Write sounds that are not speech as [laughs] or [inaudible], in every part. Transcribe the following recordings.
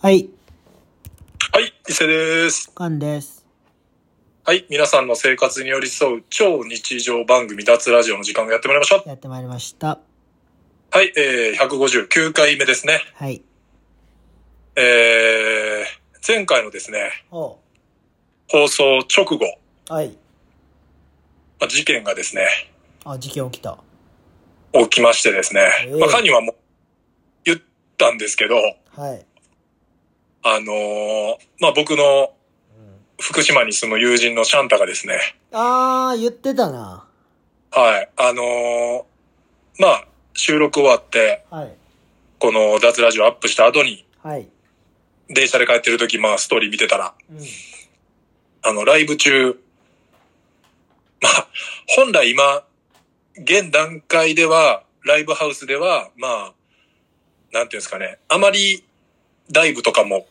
はい、はい、伊勢です。カンです。はい、皆さんの生活に寄り添う超日常番組脱ラジオの時間をやってもらいましょう。やってまいりました。はい、えー、159回目ですね。はい。えー、前回のですね、お放送直後、はい。まあ事件がですね、あ、事件起きた。起きましてですねええ、まあ、カニはもう言ったんですけど、はい。あのーまあ、僕うのん、福島に住む友人のシャンタがですね、あー、言ってたな。はい、あのーまあ、収録終わって、はい。この脱ラジオアップした後に、はい。電車で帰ってる時、まあ、ストーリー見てたら、うん。あの、ライブ中、まあ、本来今、現段階では、ライブハウスでは、まあ、なんていうんですかね、あまり、ライブとかも、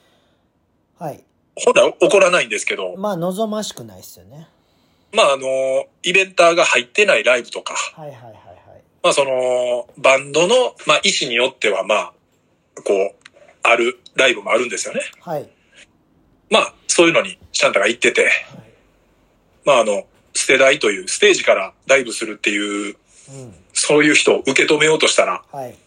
はい。本来起こらないんですけど、まあ、望ましくないっすよね。まあ、あの、イベンターが入ってないライブとか、はいはいはいはい。まあ、その、バンドの、まあ、意思によっては、まあ、こう、ある、ライブもあるんですよね。はい。まあ、そういうのに、シャンタが行ってて、はい。まああの、捨て台という、ステージからダイブするっていう、うん。そういう人を受け止めようとしたら、はい。 [laughs]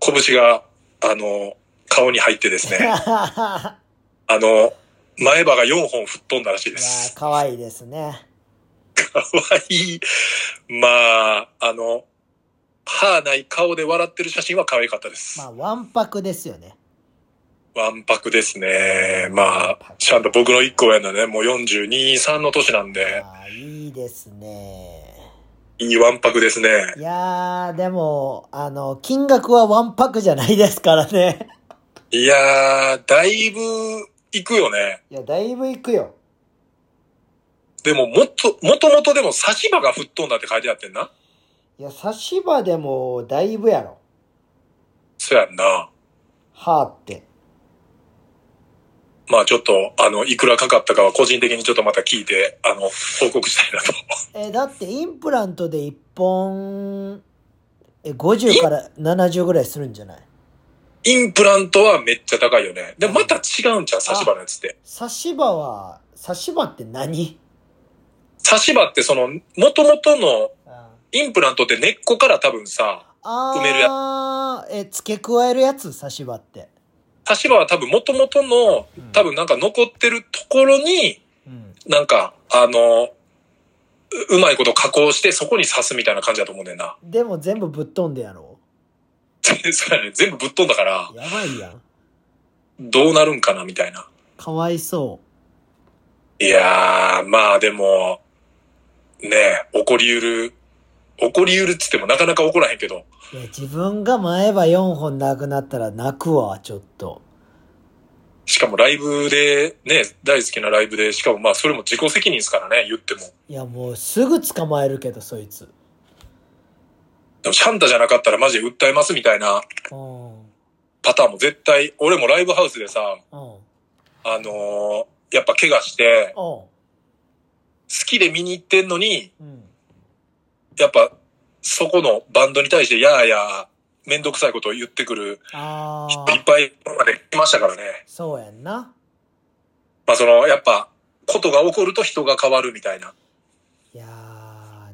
拳が、あの、顔に入ってですい [laughs] やね、あの、前歯が4本吹っ飛んだらしいでー、す。かわいいですね。かわいい。 [laughs] まあ、あの、歯ない顔で笑ってる写真は可愛かったですま。あ、わんぱくですよね。わんぱくですね。まあ、ちゃんと僕の1個上のね、もう42、3の年なんで、あー、いいですね。いいわんぱくですねい。やー、でも、あの、金額はわんぱくじゃないですからね。いやー、だいぶ行くよね。いや、だいぶいくよ。でも、もっと、もともとでも差し歯が吹っ飛んだって書いてあってんな。いや、差し歯でも、だいぶやろ。そやんな。歯って。まあちょっと、あの、いくらかかったかは個人的にちょっとまた聞いて、あの、報告したいなと。 [laughs] え、だってインプラントで1本、え、50から70ぐらいするんじゃないインプラントはめっちゃ高いよね。でもまた違うんちゃう差し歯のやつって。差し歯は、差し歯って何差し歯ってその、もともとのあインプラントって根っこから多分さ、あ埋めるやー、え、付け加えるやつ、差し歯って。差し歯は多分もともとの、多分なんか残ってるところに、うん。なんか、あの、ううまいこと加工してそこに刺すみたいな感じだと思うねんな。 [laughs] でも全部ぶっ飛んでやろそうやね。全部ぶっ飛んだから。う。やばいやん。どうなるんかなみたいな。かわいそいやー、まあでも、ねえ、起こりうる、起こりうるっつってもなかなか起こらへんけど、う。いや、自分が前歯4本なくなったら泣くわ、ちょっと。しかもライブで、ね、大好きなライブで、しかもまあそれも自己責任ですからね、言っても。いや、もうすぐ捕まえるけど、そいつ。でもシャンタじゃなかったらマジで訴えますみたいなうん。うん。パターンも絶対、俺もライブハウスでさ、うん。あのーやっぱ怪我して、好きで見に行ってんのに、うん。やっぱそこのバンドに対してやーやー、めんどくさいことを言ってくるあ人いっあ、ぱい今まで来ましたからね。そうやんな。まあその、やっぱ、ことが起こると人が変わるみたいな。いや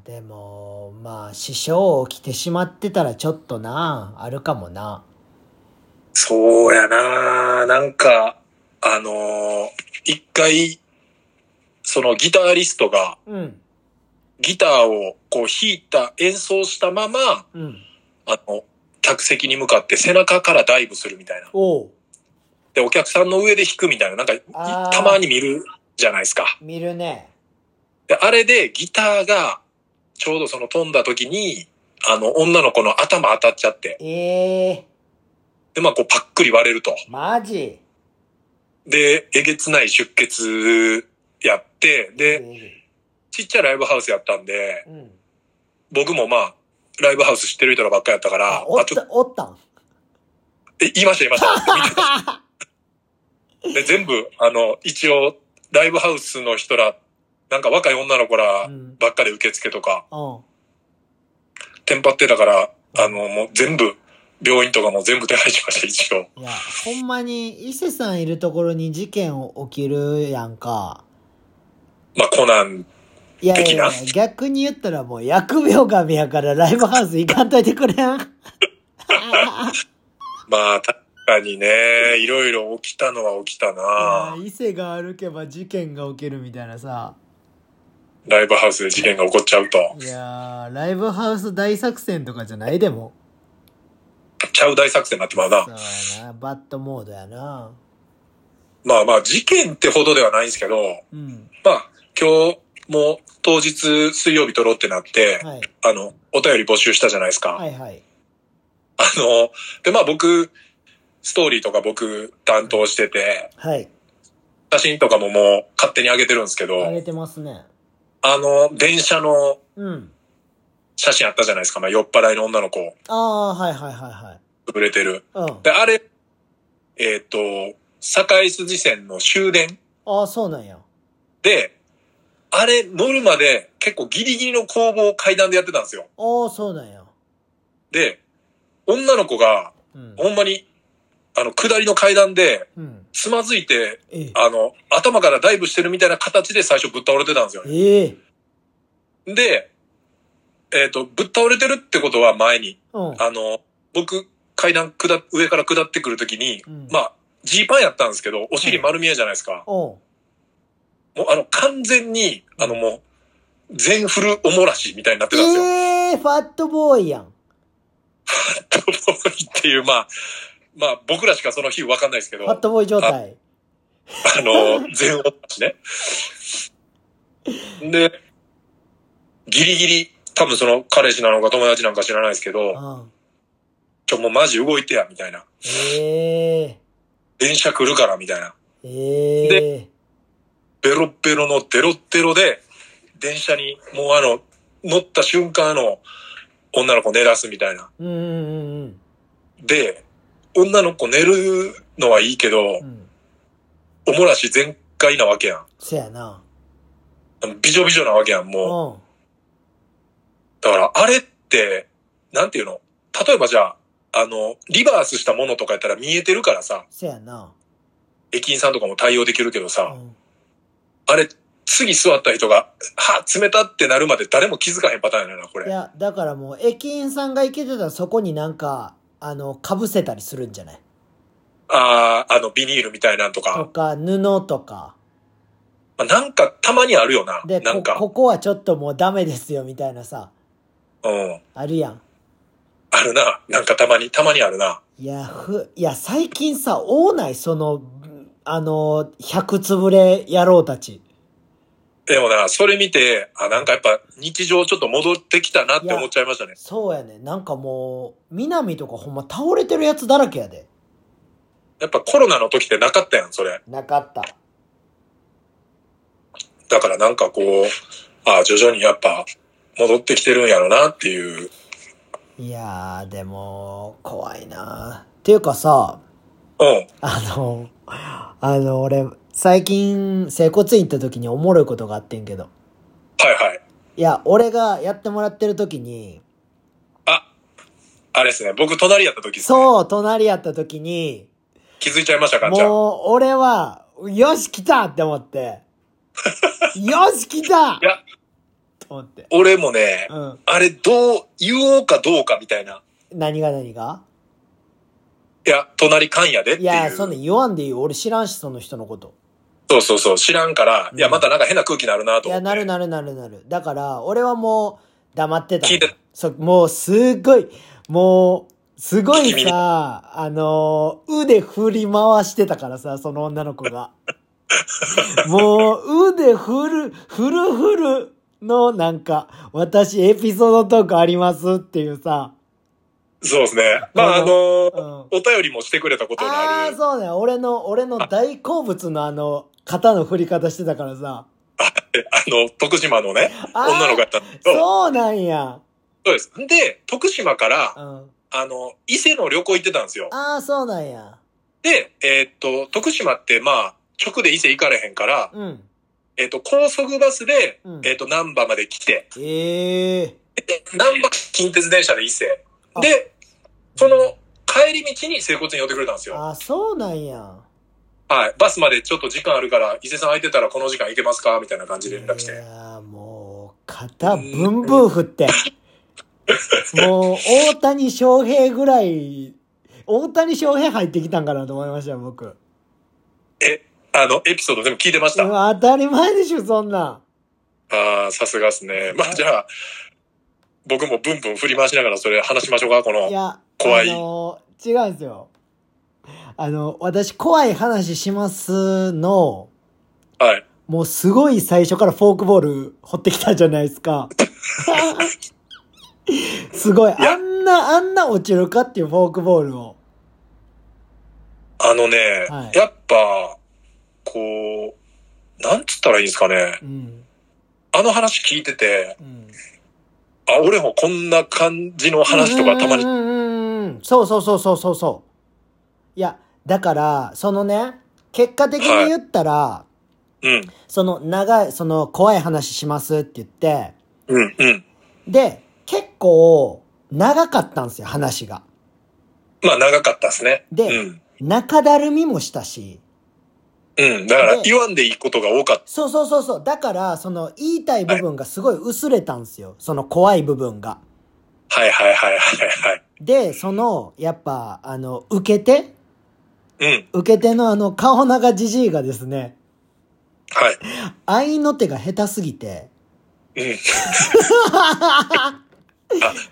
ー、でも、まあ、師匠を着てしまってたらちょっとな、あるかもな。そうやななんか、あのー一回、そのギタリストが、うん、ギターをこう弾いた、演奏したまま、うん。あの、客席に向かって背中からダイブするみたいな。おう。で、お客さんの上で弾くみたいな、なんか、いあーたまに見るじゃないですか。見るね。で、あれでギターが、ちょうどその飛んだ時に、あの、女の子の頭当たっちゃって、ええで、まあこうパックリ割れると。ー、マジで、えげつない出血やって、で、ちっちゃいライブハウスやったんで、うん。僕もまあ、ライブハウス知ってる人らばっかやったから、おっあ、ちょった、と、おったんえ言いました言いました。で、全部、あの、一応、ライブハウスの人ら、なんか若い女の子らうん。ばっかで受付とか、うん。テンパってたから、あの、もう全部、病院とかも全部手配しました、一応。いや、ほんまに、伊勢さんいるところに事件起きるやんか。まあ、コナン、いやい的やないや、逆に言ったらもう疫病神やからライブハウス行かんといてくれん。 [laughs] まあ、確かにね、いろいろ起きたのは起きたな。伊勢が歩けば事件が起きるみたいなさ。ライブハウスで事件が起こっちゃうと。いやー、ライブハウス大作戦とかじゃないでも。ちゃう大作戦になってまうなそう。やな、バッドモードやな。まあまあ、事件ってほどではないんですけど、うん。まあ、今日も当日水曜日撮ろうってなって、はい。あの、お便り募集したじゃないですか。はいはい。あの、で、まあ僕、ストーリーとか僕担当してて、はい。写真とかももう勝手に上げてるんですけど、荒れてますね。あの、電車のうん。写真あったじゃないですか。まあ酔っ払いの女の子、ああー、はいはいは潰れてる。いはい。うん。で、あれ、えっ、と、堺筋線の終電ああ、そうなんや。で、あれ乗るまで結構ギリギリの攻防を階段でやってたんですよ。ああ、そうなんや。で、女の子が、うん。ほんまに、あの、下りの階段で、うん。つまずいて、ええ。あの、頭からダイブしてるみたいな形で最初ぶっ倒れてたんですよね。ええ。で、えっ、と、ぶっ倒れてるってことは前に、うん。あの、僕、階段下、上から下ってくるときに、うんまあ、ジーパンやったんですけど、お尻丸見えじゃないですか。おうもう、あの、完全に、あの、もう、全フルおもらしみたいになってたんですよ。ええファットボーイやん。ファットボーイ [laughs] っていう、まあ、まあ僕らしかその日わかんないですけフど、ァッあトボーイ状態。の、全音だしね。で、ギリギリ、多分その彼氏なのか友達なんか知らないですけうど、ん。ちょ、もうマジ動いてや、みたいな。ええ電車来るから、みたいな。ええベロッベロのデロッデロで、電車に、もうあの、乗った瞬間あの、女の子寝出すみたいな。うんうんで、女の子寝るのはいいけどうんう、ん。おもらし全開なわけやん。そやな。びしょびしょなわけやん、うもう。ん。だから、あれって、なんていうの例えばじゃあ、あの、リバースしたものとかやったら見えてるからさ、そやな。駅員さんとかも対応できるけどうさ、ん。あれ、次座った人が、はぁ、冷たってなるまで誰も気づかへんパターンやな、こいれ。や、だからもう、駅員さんが行けてたらそこになんか、あの、かぶせたりするんじゃないあー、あの、ビニールみたいなんととか。か、布とか。まあ、なんか、たまにあるよな。で、なんこ、かこ、こはちょっともうダメですよ、みたいなさ。うん。あるやん。あるな。なんかたまに、たまにあるな。いや、ふ、いや、最近さ、多ない、その、あの、100潰れ野郎たち。でもな、それ見て、あ、なんかやっぱ日常ちょっと戻ってきたなって思っちゃいましたね。そうやね。なんかもう、南とかほんま倒れてるやつだらけやで。やっぱコロナの時ってなかったやん、それ。なかった。だからなんかこう、ああ、徐々にやっぱ戻ってきてるんやろなっていう。いやー、でも、怖いなっていうかさ、うん。あの、あの、俺、最近、整骨院行った時におもろいことがあってんけど。はいはい。いや、俺がやってもらってる時に、あ、あれですね。僕隣やった時ですね。そう、隣やった時に、気づいちゃいましたかじゃん。もう、俺は、よし、来たって思って。よし、来たいやと思って。俺もね、うん。あれどう、言おうかどうかみたいな。何が何がいや、隣勘やでってい。いうや、そんなん言わんでいいよ。俺知らんし、その人のこと。そうそうそう。知らんから、うんいや、またなんか変な空気になるなとい思っや、て。なるなるなるなる。だから、俺はもう、黙ってたの。聞いてたそう、もう、すっごい、もう、すごい君にさ、あのー、腕振り回してたからさ、その女の子 [laughs] が。もう、腕振る、振る振るの、なんか、私エピソードトークありますっていうさ。そうですね。まあ、あうんうのんーお便りもしてくれたことのあああ、る。そうね。俺の、俺の大好物のあの、肩の振り方してたからさ。あの、徳島のね、あー女の子やったんですけどそうなんや。そうです。で、徳島からう、ん。あの、伊勢の旅行行ってたんですよ。ああ、そうなんや。で、えーっと、徳島ってまあ、直で伊勢行かれへんから、うん。えーっと、高速バスで、うんえーっと、南波まで来て、ええで、南波近鉄電車で伊勢あ。で、その帰り道に整骨院寄ってくれたんですよ。あ、そうなんや。はい。バスまでちょっと時間あるから、伊勢さん空いてたらこの時間行けますかみたいな感じいで連絡して。やーもう、肩ブンブン振って。もう、大谷翔平ぐらい、大谷翔平入ってきたんかなと思いましたよ、僕。え、あの、エピソード全部聞いてました。あ当たり前でしょ、そんなん。あー、さすがですね。まあじゃあ、僕もブンブン振り回しながらそれ話しましょうか、こいの。や、怖いあのー、違うんですよ。あの、私、怖い話しますの、はい。もうすごい最初からフォークボール掘ってきたじゃないです [laughs] か。すごい。いやあんな、あんな落ちるかっていうフォークボールを。あのね、はいやっぱ、こう、なんつったらいいんですかねう。ん。あの話聞いてて、うん。あ、俺もこんな感じの話とかたまにうん。うんうんうんそうそうそうそうそうそういやだからそのね結果的に言ったら、うん。その長いその怖い話しますって言ってうん。うん。で結構長かったんですよ話がまあ長かったですね。でうん。中だるみもしたしうん。だからで言わんでいいことが多かっそうそうそうそうだからその言いたい部分がすごい薄れたんですよ、その怖い部分がた。はいはいはいはいでそのやっぱあの受け手はい。うん。受け手のあの顔長じじいがですねはい。合いの手が下手すぎて [laughs] うん。あ、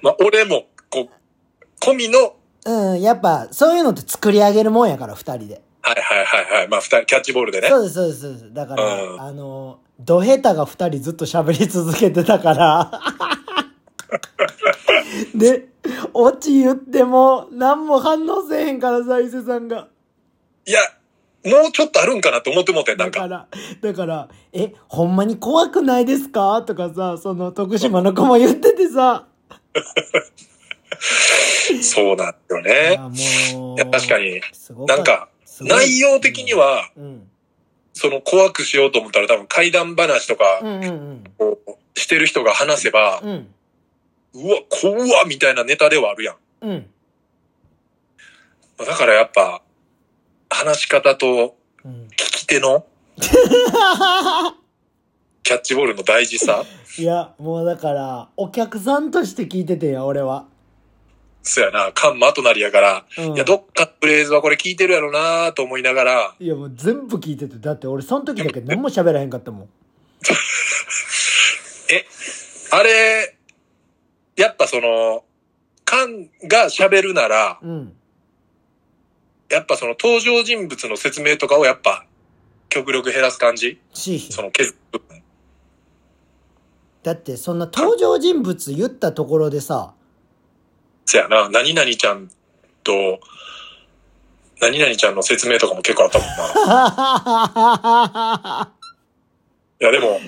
まあ俺も、こう、込みの、うん、やっぱ、そういうのって作り上げるもんやから、二人で。はいはいはいはい。まあ二人、キャッチボールでね。そうです、そうですそうです。だから、うんあの、ドヘタが二人ずっと喋り続けてたから。で、オチ言っても、何も反応せえへんからさ、伊勢さんが。いや、もうちょっとあるんかなと思ってもうて、なだんかか。ら、だから、え、ほんまに怖くないですかとかさ、その、徳島の子も言っててさ。そうなんだよいねや。もいや確かに、すごなんか、すごい内容的には、うん。その怖くしようと思ったら多分怪談話とうかんうんうん。こうしてる人が話せば、うん。うわ、怖っみたいなネタではあるやん。うん。だからやっぱ、話し方とうん。 [laughs] 聞き手のキャッチボールの大事さ。いや、もうだから、お客さんとして聞いててよ、俺は。そやな、カンマとなりやから、うんいや、どっかのフレーズはこれ聞いてるやろなと思いながら、いや、もう全部聞いてて。だって俺、その時だけ何も喋らへんかったもん。あれ、やっぱその、カンが喋るなら、うん。やっぱその登場人物の説明とかをやっぱ、極力減らす感じしひんその削る部分。だって、そんな登場人物言ったところでさ、 [laughs] そやな、何々ちゃんと、何々ちゃんの説明とかも結構 [laughs] あったもんな。いや、でも、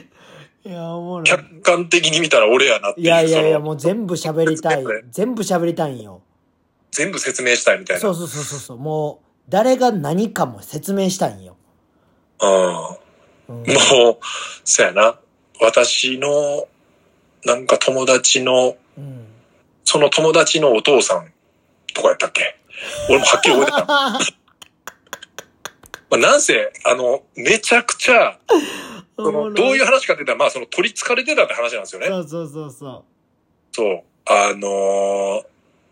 いや、おもろい。客観的に見たら俺やなっていう。いやいやいや、そのもう全部喋りたいそれ。全部喋りたいんよ。全部説明したいみたいな。そううそうそうそうそう。もう、誰が何かも説明したいんよ。うんん。もう、そやな。私の、なんか友達の、うん。その友達のお父さんとかやったっけ俺もはっきり覚えてた。まあ、なんせ、あの、めちゃくちゃ、 [laughs] そのどういうう話かって言ったら、まあ、その取り憑かれてたって話なんですよね。そうそうそうそそう。あのー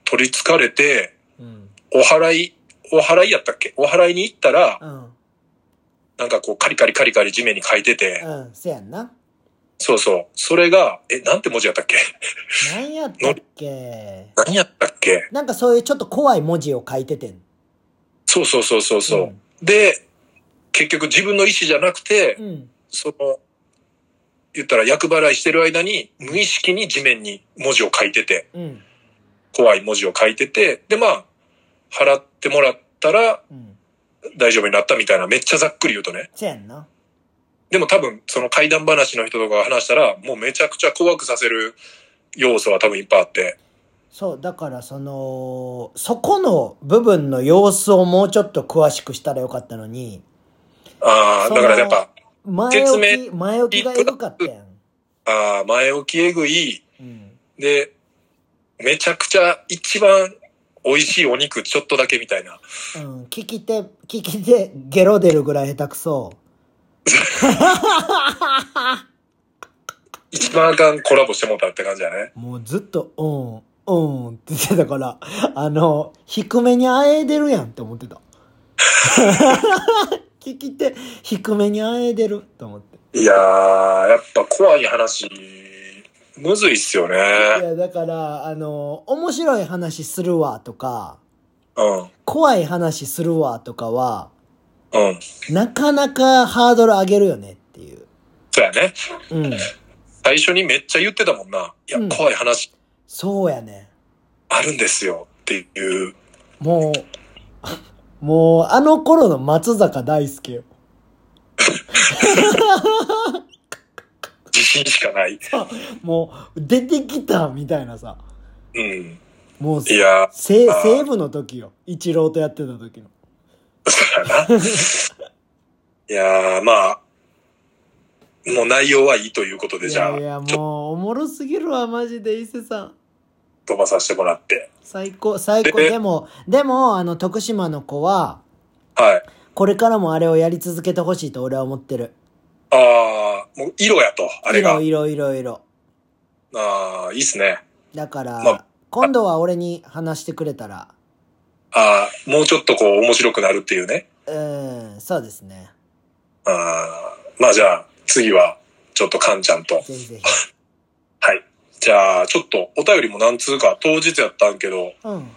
取り憑かれて、う。うん。お祓い、お祓いやったっけお祓いに行ったら、うん。なんかこう、カリカリカリカリ地面に書いてて、うん、せやんな。そうそう。それが、え、なんて文字やったっけ何やったっ [laughs] け何やったっけなんかそういうちょっと怖い文字を書いててん。そうそうそうそうそう。んで、結局自分の意思じゃなくて、うん。その、言ったら厄払いしてる間に、無意識に地面に文字を書いてて、うん。怖い文字を書いてて、で、まあ、払ってもらったらうん。大丈夫になったみたいな、めっちゃざっくり言うとね。せやんな。でも多分、その怪談話の人とかが話したら、もうめちゃくちゃ怖くさせる要素は多分いっぱいあって。そう、だからその、そこの部分の様子をもうちょっと詳しくしたらよかったのに、ああ、そだのからやっぱ、前置き、前置きがエグかったやん。ああ、前置きえぐい、うん。で、めちゃくちゃ一番美味しいお肉ちょっとだけみたいな。うん、聞き手、聞き手、ゲロ出るぐらい下手くそ。一番あかんコラボしてもうたって感じだね。もうずっと、うん、うんって言ってたから、あの、低めにあえでるやんって思ってた。 [laughs] 聞き手、低めにあえでると思って。いやー、やっぱ怖い話、むずいっすよいね。や、だから、あの、面白い話するわとか、うん。うん。怖い話するわとかは、なかなかハードル上げるよねっていう。そうやね。うん。最初にめっちゃ言ってたもんな。いや、うん怖い話そうやね。あるんですよっていう。もう、もう、あの頃の松坂大輔よ。自信しかない。もう、出てきたみたいなさ。うん。もう、いやー、せ西武の時よ。一郎とやってた時の。そうやな。いやー、まあ、もう内容はいいということで、いじゃやあい、や、もう、おもろすぎるわ、マジで、伊勢さん。飛ばさせてもらって。最高、最高。えでも、でも、あの、徳島の子は、はい。これからもあれをやり続けてほしいと俺は思ってる。あー、もう色やと、あれが。いろいろいろいろ。あー、いいっすね。だから、まあ今度は俺に話してくれたら、あー、もうちょっとこう面白くなるっていうね。うーん、そうですね。あー、まあじゃあ、次は、ちょっとカンちゃんと。ぜひぜひ。 [laughs] はい。じゃあ、ちょっとお便りも何通か、当日やったんけど、うん。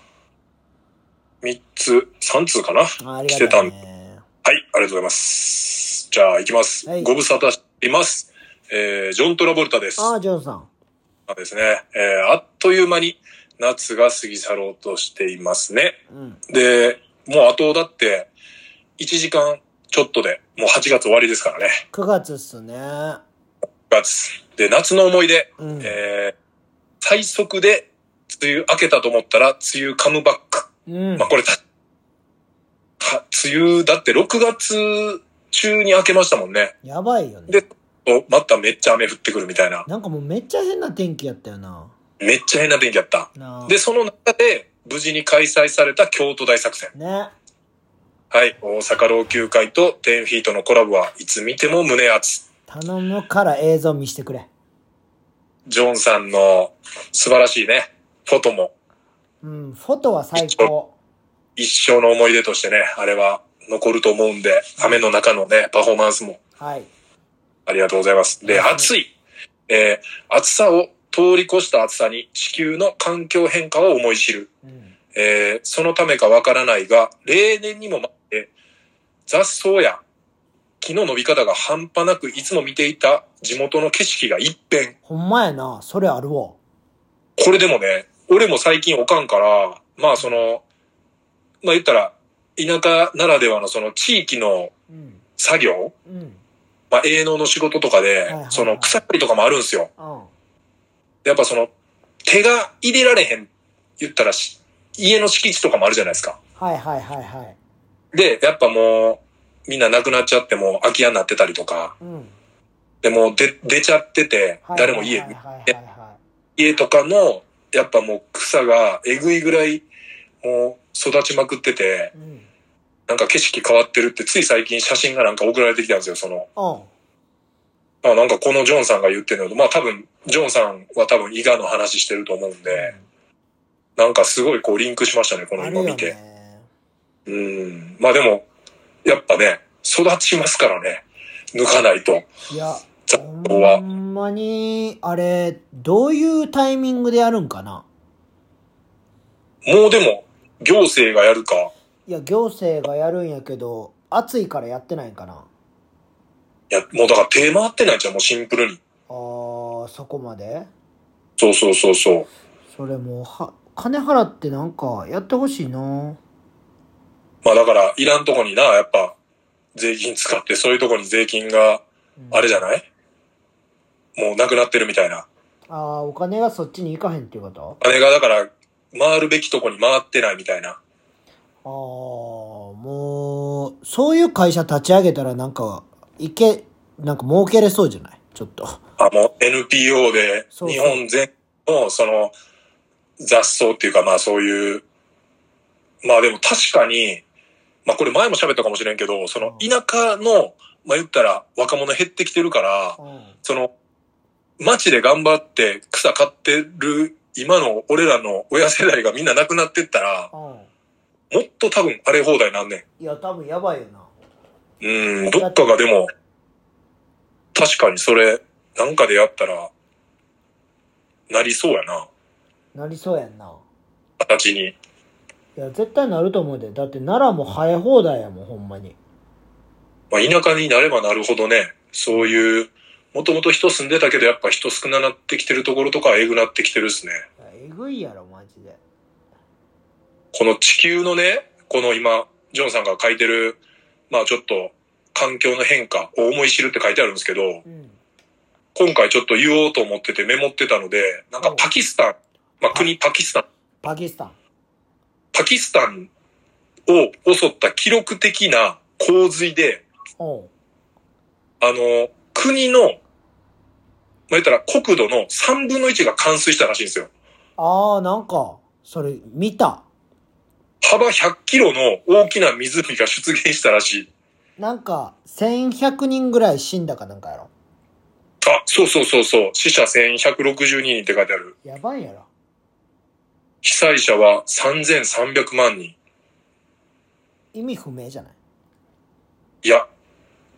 3つ、3通かな。あありがとうね。はい、ありがとうございます。じゃあ、行きます。はいご無沙汰しています。えー、ジョン・トラボルタです。ああ、ジョンさん。そうですね。えー、あっという間に夏が過ぎ去ろうとしていますね。うん。で、もうあとだって、1時間ちょっとで、もう8月終わりですからね。 9月っすね。月。で、夏の思い出。うん。えー、最速で梅雨明けたと思ったら、梅雨カムバック。うん [laughs] まあ、。これた、た梅雨、だって6月中に明けましたもんね。やばいよねで。おまためっちゃ雨降ってくるみたいな。なんかもうめっちゃ変な天気やったよな。めっちゃ変な天気だった。なあ。で、その中で、無事に開催された京都大作戦。ね。はい。大阪老朽会と10フィートのコラボはいつ見ても胸熱。頼むから映像見してくれ。ジョンさんの素晴らしいね、フォトもうん、フォトは最高。一生の思い出としてね、あれは残ると思うんで、雨の中のね、パフォーマンスもはい。ありがとうございます。で、はい暑い。えー暑さを通り越した暑さに地球の環境変化を思い知る。うん。えーそのためかわからないが、例年にも待って、雑草や木の伸び方が半端なくいつも見ていた地元の景色が一変。ほんまやな。それあるわ。これでもね、俺も最近おかんから、まあその、まあ言ったら、田舎ならではのその地域のうん。作業、うん。うん。まあ営農の仕事とかいではいは、いその草刈りとかもあるんですよ。あやっぱその、手が入れられへん、言ったらし、家の敷地とかもあるじゃないですか。はいはいはいはい。で、やっぱもう、みんな亡くなっちゃってもう空き家になってたりとか、うん。でもう出、出ちゃってて、はい誰も家、はいはいはいは家とかの、やっぱもう草がえぐいぐらい、もう育ちまくっててい。、うん。うん。なんか景色変わってるって、つい最近写真がなんか送られてきたんですよ、その。あなんかこのジョンさんが言ってるのと、まあ多分、ジョンさんは多分伊賀の話してると思うんで、なんかすごいこうリンクしましたね、このある今よ見て。ね。うん。まあでも、やっぱね、育ちますからね、抜かないと。いや、雑草ほは。んまに、あれ、どういうタイミングでやるんかなもうでも、行政がやるか、いや、行政がやるんやけど、暑いからやってないんかないや、もうだから手回ってないじゃん、もうシンプルに。あー、そこまでそうそうそうそう。それもうは、金払ってなんかやってほしいなまあだから、いらんとこにな、やっぱ、税金使って、そういうとこに税金が、あれじゃいないもうなくなってるみたいな。あー、お金がそっちに行かへんっていうことあれがだから、回るべきとこに回ってないみたいな。あー、もう、そういう会社立ち上げたらなんか、いけ、なんか儲けれそうじゃないちょっと。あ、もう NPO で、そうそう日本全の、その、雑草っていうか、まあそういう、まあでも確かに、まあこれ前も喋ったかもしれんけど、その田舎の、まあ言ったら若者減ってきてるから、うんその、街で頑張って草買ってる今の俺らの親世代がみんな亡くなってったら、うんもっと多分荒れ放題なんねいや多分やばいよな。ん。うん、どっかがでも、確かにそれ、なんかでやったら、なりそうやな。なりそうやんな。形に。いや絶対なると思うで。だって奈良も生え放題やもんほんまに。まあ、田舎になればなるほどね、そういう、もともと人住んでたけど、やっぱ人少ななってきてるところとかはえぐなってきてるっすね。いやえぐいやろマジで。この地球のね、この今、ジョンさんが書いてる、まあちょっと、環境の変化を思い知るって書いてあるんですけど、うん。今回ちょっと言おうと思っててメモってたので、なんかパキスタン、まあ国パキスタン、パキスタン。パキスタンを襲った記録的な洪水で、おうあの、国の、まあ言ったら国土の3分の1が冠水したらしいんですよ。ああなんかそれ見た。幅100キロの大きな湖が出現したらしい。なんか1100人ぐらい死んだかなんかやろ。あ、そうそうそうそう。死者1162人って書いてある。やばいやろ。被災者は3300万人。意味不明じゃない。いや、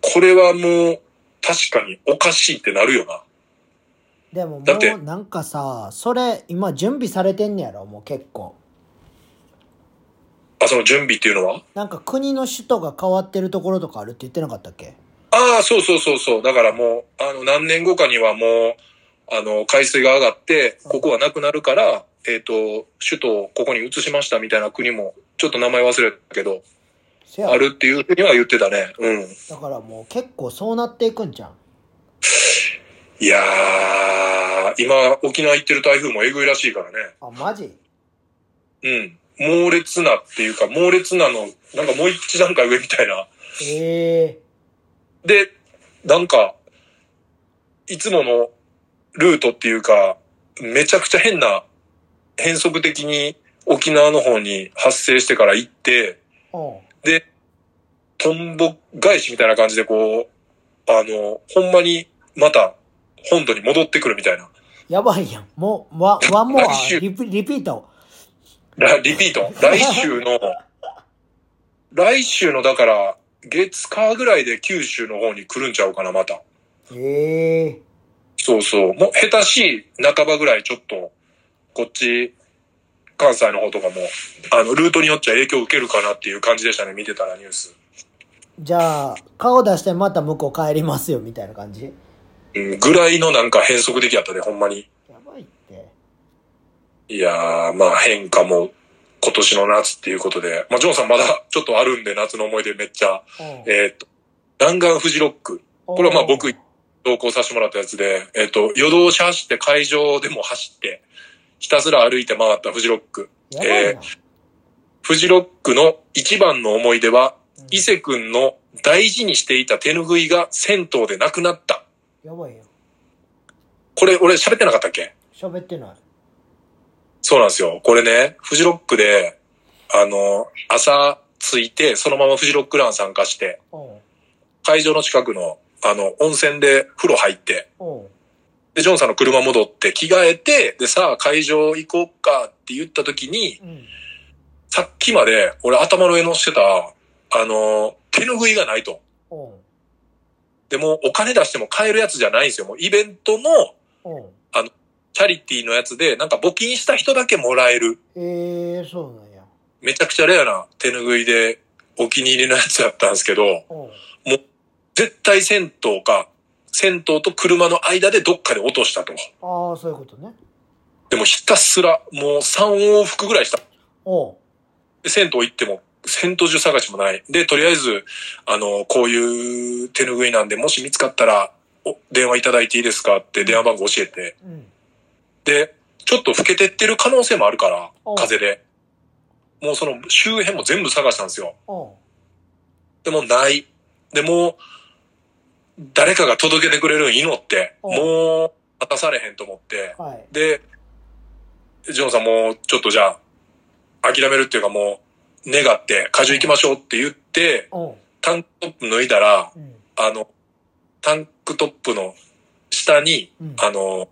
これはもう、確かにおかしいってなるよな。でももだってうなんかさそれ今準備されてんねやろもう結構あ、その準備っていうのはなんか国の首都が変わってるところとかあるって言ってなかったっけああ、そうそうそうそう。だからもう、あの、何年後かにはもう、あの、海水が上がって、ここはなくなるから、えっ、と、首都をここに移しましたみたいな国も、ちょっと名前忘れたけど、せやあるっていうふうには言ってたね。うん。だからもう結構そうなっていくんじゃんいやー、今、沖縄行ってる台風もえぐいらしいからね。あマジうん。猛烈なっていうか、猛烈なの、なんかもう一段階上みたいな。ええで、なんか、いつものルートっていうか、めちゃくちゃ変な、変則的に沖縄の方に発生してから行って、おうで、トンボ返しみたいな感じでこう、あの、ほんまにまた本土に戻ってくるみたいな。やばいやんもうワワン [laughs] モア来週リピリピートラリピート。来週の、来週のだから、月火ぐらいで九州の方に来るんちゃうかな、また。ええそうそう。もう、下手しい半ばぐらいちょっと、こっち、関西の方とかも、あの、ルートによっちゃ影響受けるかなっていう感じでしたね、見てたらニュース。じゃあ顔出してまた向こう帰りますよみたいな感じうん、ぐらいのなんか変則的やったね、ほんまに。やばいっていやー、まあ変化も今年の夏っていうことで、まあジョンさんまだちょっとあるんで、夏の思い出めっちゃ、えーっと、弾丸フジロック。ここれはまあ僕投稿させてもらったやつで、えっ、と、夜通し走って会場でも走って、ひたすら歩いて回ったフジロック。やばいな、フジロックの一番の思い出は、うん伊勢くんの大事にしていた手拭いが銭湯でなくなった。やばいよこれ俺喋ってなかったっけ喋ってないそうなんですよ。これね、フジロックで、あの、朝着いて、そのままフジロックラン参加して、おう会場の近くの、あの、温泉で風呂入って、おうで、ジョンさんの車戻って着替えて、で、さあ会場行こうかって言った時に、うんさっきまで俺頭の上乗してた、あの、手拭いがないと。おうでもお金出しても買えるやつじゃないんですよ。もうイベントのおうチャリティーのやつで、なんか募金した人だけもらえる。ええそうなんやめちゃくちゃレアな手拭いでお気に入りのやつだったんですけど、おう絶対銭湯か、銭湯と車の間でどっかで落としたと。ああそういうことねでもひたすらもう3往復ぐらいした。おうで、銭湯行っても、銭湯中探しもない。で、とりあえず、あの、こういう手拭いなんで、もし見つかったら、お電話いただいていいですかって電話番号教えて。うんで、ちょっと老けてってる可能性もあるからお、風で。もうその周辺も全部探したんですよ。おうでもない。でもう、誰かが届けてくれるん祈って、おもう、果たされへんと思って。はいで、ジョンさんもうちょっとじゃあ、諦めるっていうかも願って、果樹行きましょうって言って、おうタンクトップ脱いだら、うん。あの、タンクトップの下に、うんあの、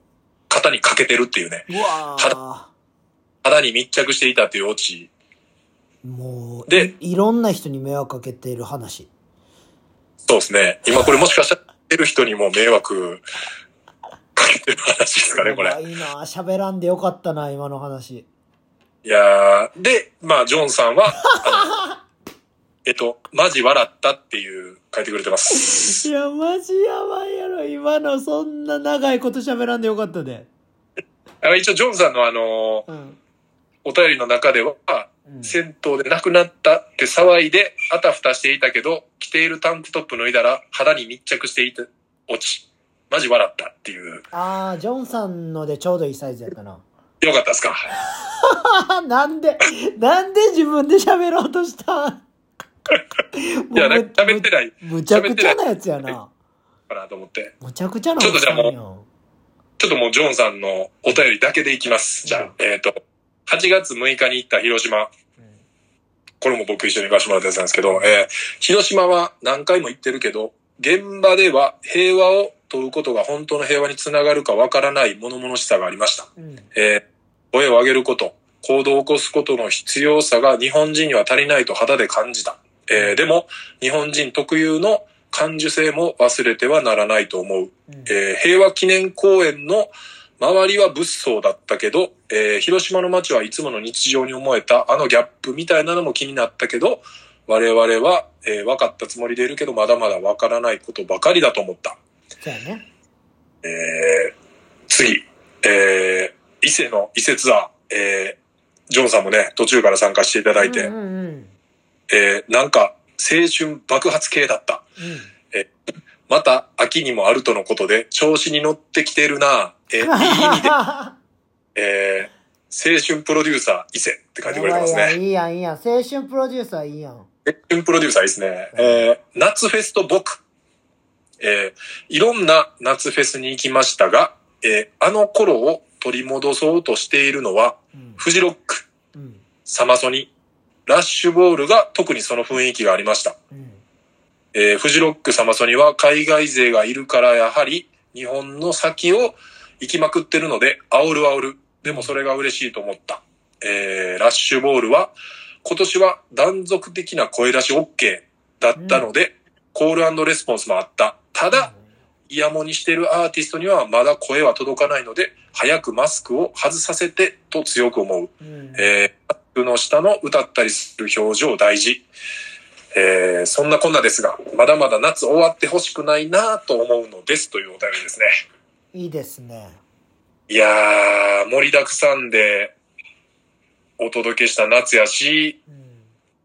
肩にかけてるっていうね、うわー肌に密着していたっていうオチ。もう、でい、いろんな人に迷惑かけている話。そうですね。今これもしかしたら、出る人にも迷惑かけてる話ですかね、これや。ばいな喋らんでよかったな、今の話。いやーで、まあ、ジョンさんは、あの [laughs] えっと、マジ笑ったっていう、書いてくれてます。いや、マジやばいやろ。今のそんな長いこと喋らんでよかったで。あの一応、ジョンさんのあの、うん。お便りの中では、うん銭湯で亡くなったって騒いで、あたふたしていたけど、着ているタンクトップ脱いだら、肌に密着していて、落ち。マジ笑ったっていう。あー、ジョンさんのでちょうどいいサイズやったな。 [laughs] よかったですかあなんで、なんで自分で喋ろうとしたんいや、なんもうか喋ってないむむちゃくちゃなやつやな。かなと思って。むちゃくちゃなちょっとじゃあもうおっさんやんちょっともう、ジョンさんのお便りだけでいきます。じゃあ、えっ、と、8月6日に行った広島。これも僕一緒に行かせてもらったやつなんですけど、えー広島は何回も行ってるけど、現場では平和を問うことが本当の平和につながるかわからない物々しさがありました。うん。うんえー声を上げること、行動を起こすことの必要さが日本人には足りないと肌で感じた。えーでも、日本人特有の感受性も忘れてはならないと思う。うんえー平和記念公園の周りは物騒だったけど、えー広島の街はいつもの日常に思えたあのギャップみたいなのも気になったけど、我々は、えー分かったつもりでいるけど、まだまだ分からないことばかりだと思った。そうやね。えー次、えー伊勢の伊勢ツアー、えージョンさんもね、途中から参加していただいて、うんうんうん。うんえーなんか青春爆発系だった。また秋にもあるとのことで、調子に乗ってきてるな [laughs] えーいい意味で、えー青春プロデューサー伊勢って書いてくれてます [laughs] やばいやんね。いいやん、いいやん。青春プロデューサーいいやん。青春プロデューサーいいですね。えー夏フェスと僕。えーいろんな夏フェスに行きましたが、えーあの頃を取り戻そうとしているのは、うん。フジロック、うん。サマソニ、ラッシュボールが特にその雰囲気がありました。うん。えーフジロック、サマソニは海外勢がいるからやはり日本の先を行きまくってるので、煽る煽る。でもそれが嬉しいと思った。えーラッシュボールは今年は断続的な声出し OK だったので、コールレスポンスもあった。ただ、イヤモニしてるアーティストにはまだ声は届かないので、早くマスクを外させてと強く思う。うん。えー、マスクの下の歌ったりする表情大事。えー、そんなこんなですが、まだまだ夏終わってほしくないなぁと思うのですというお便りですね。いいですね。いやー、盛りだくさんでお届けした夏やし、うん。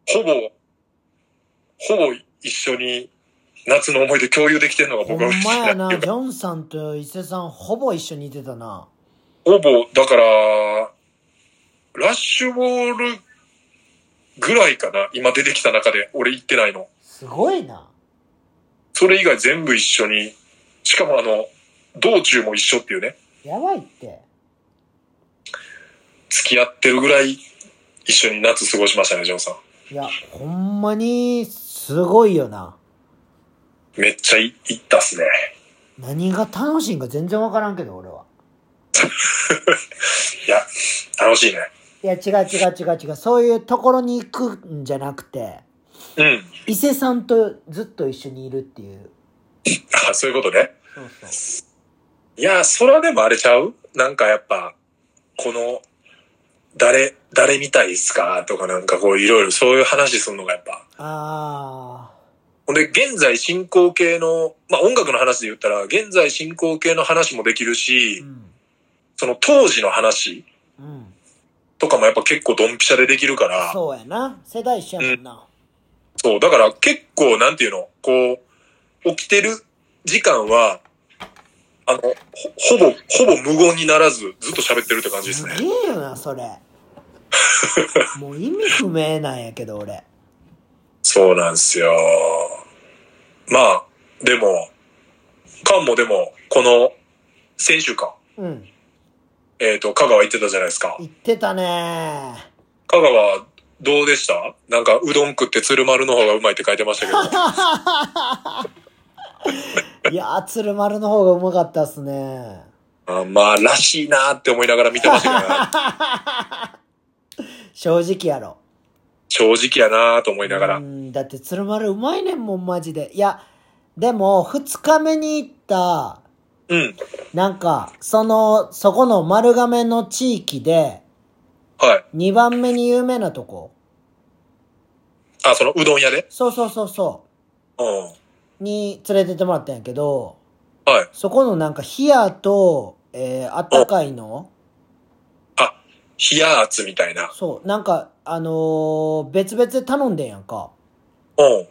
ほぼ、ほぼ一緒に夏の思い出共有できてるのがほん僕は嬉しまやい [laughs] なな、ジョンさんと伊勢さんほぼ一緒にいてたな。ほぼ、だから、ラッシュボールぐらいかな。今出てきた中で俺行ってないの。すごいな。それ以外全部一緒に、しかもあの、道中も一緒っていうね、やばいって。付き合ってるぐらい一緒に夏過ごしましたね、ジョンさん。いや、ほんまに、すごいよな。めっちゃい行ったっすね。何が楽しいんか全然わからんけど、俺は。いや、楽しいね。いや、違う違う違う違う。そういうところに行くんじゃなくて、うん。伊勢さんとずっと一緒にいるっていう。あそういうことね。そうそいや、それはでもあれちゃうなんかやっぱ、この、誰、誰みたいっすかとかなんかこういろいろそういう話するのがやっぱ。う。あほんで、現在進行形の、まあ音楽の話で言ったら、現在進行形の話もできるー。うし、ん。その当時の話、うん。とかもやっぱ結構ドンピシャでできるから、そそううやな。世代一緒やもんな。だから結構なんていうの、こう、起きてる時間は、あの、ほほぼ、ほぼ無言にならずずっと喋ってるって感じですすね。げえよな、そ [laughs] れ。もう意味不明なんやけど、俺。そうなんですよ。まあ、でも、カンもでも、この、先週か、うん。えっ、と、香川行ってたじゃないですか。言ってたね香川、どうでしたなんか、うどん食って鶴丸の方がうまいって書いてましたけど。 [laughs] いやー、鶴丸の方がうまかったっすね。あまあ、らしいなーって思いながら見てましたけ [laughs] どね、正直やろ。正直やなーと思いながうら。ん、だって鶴丸うまいねんもん、マジで。いや、でも、二日目に行った、うん。なんか、その、そこの丸亀の地域で、はい。二番目に有名なとこ。あ、そのうどん屋でそうそうそうそうん。う。に連れてってもらったんやけど、はい。そこのなんか、冷やと、えー、あったかいのあ、冷や圧みたいな。そう、なんか、あのー別々で頼んでんやんか。うん。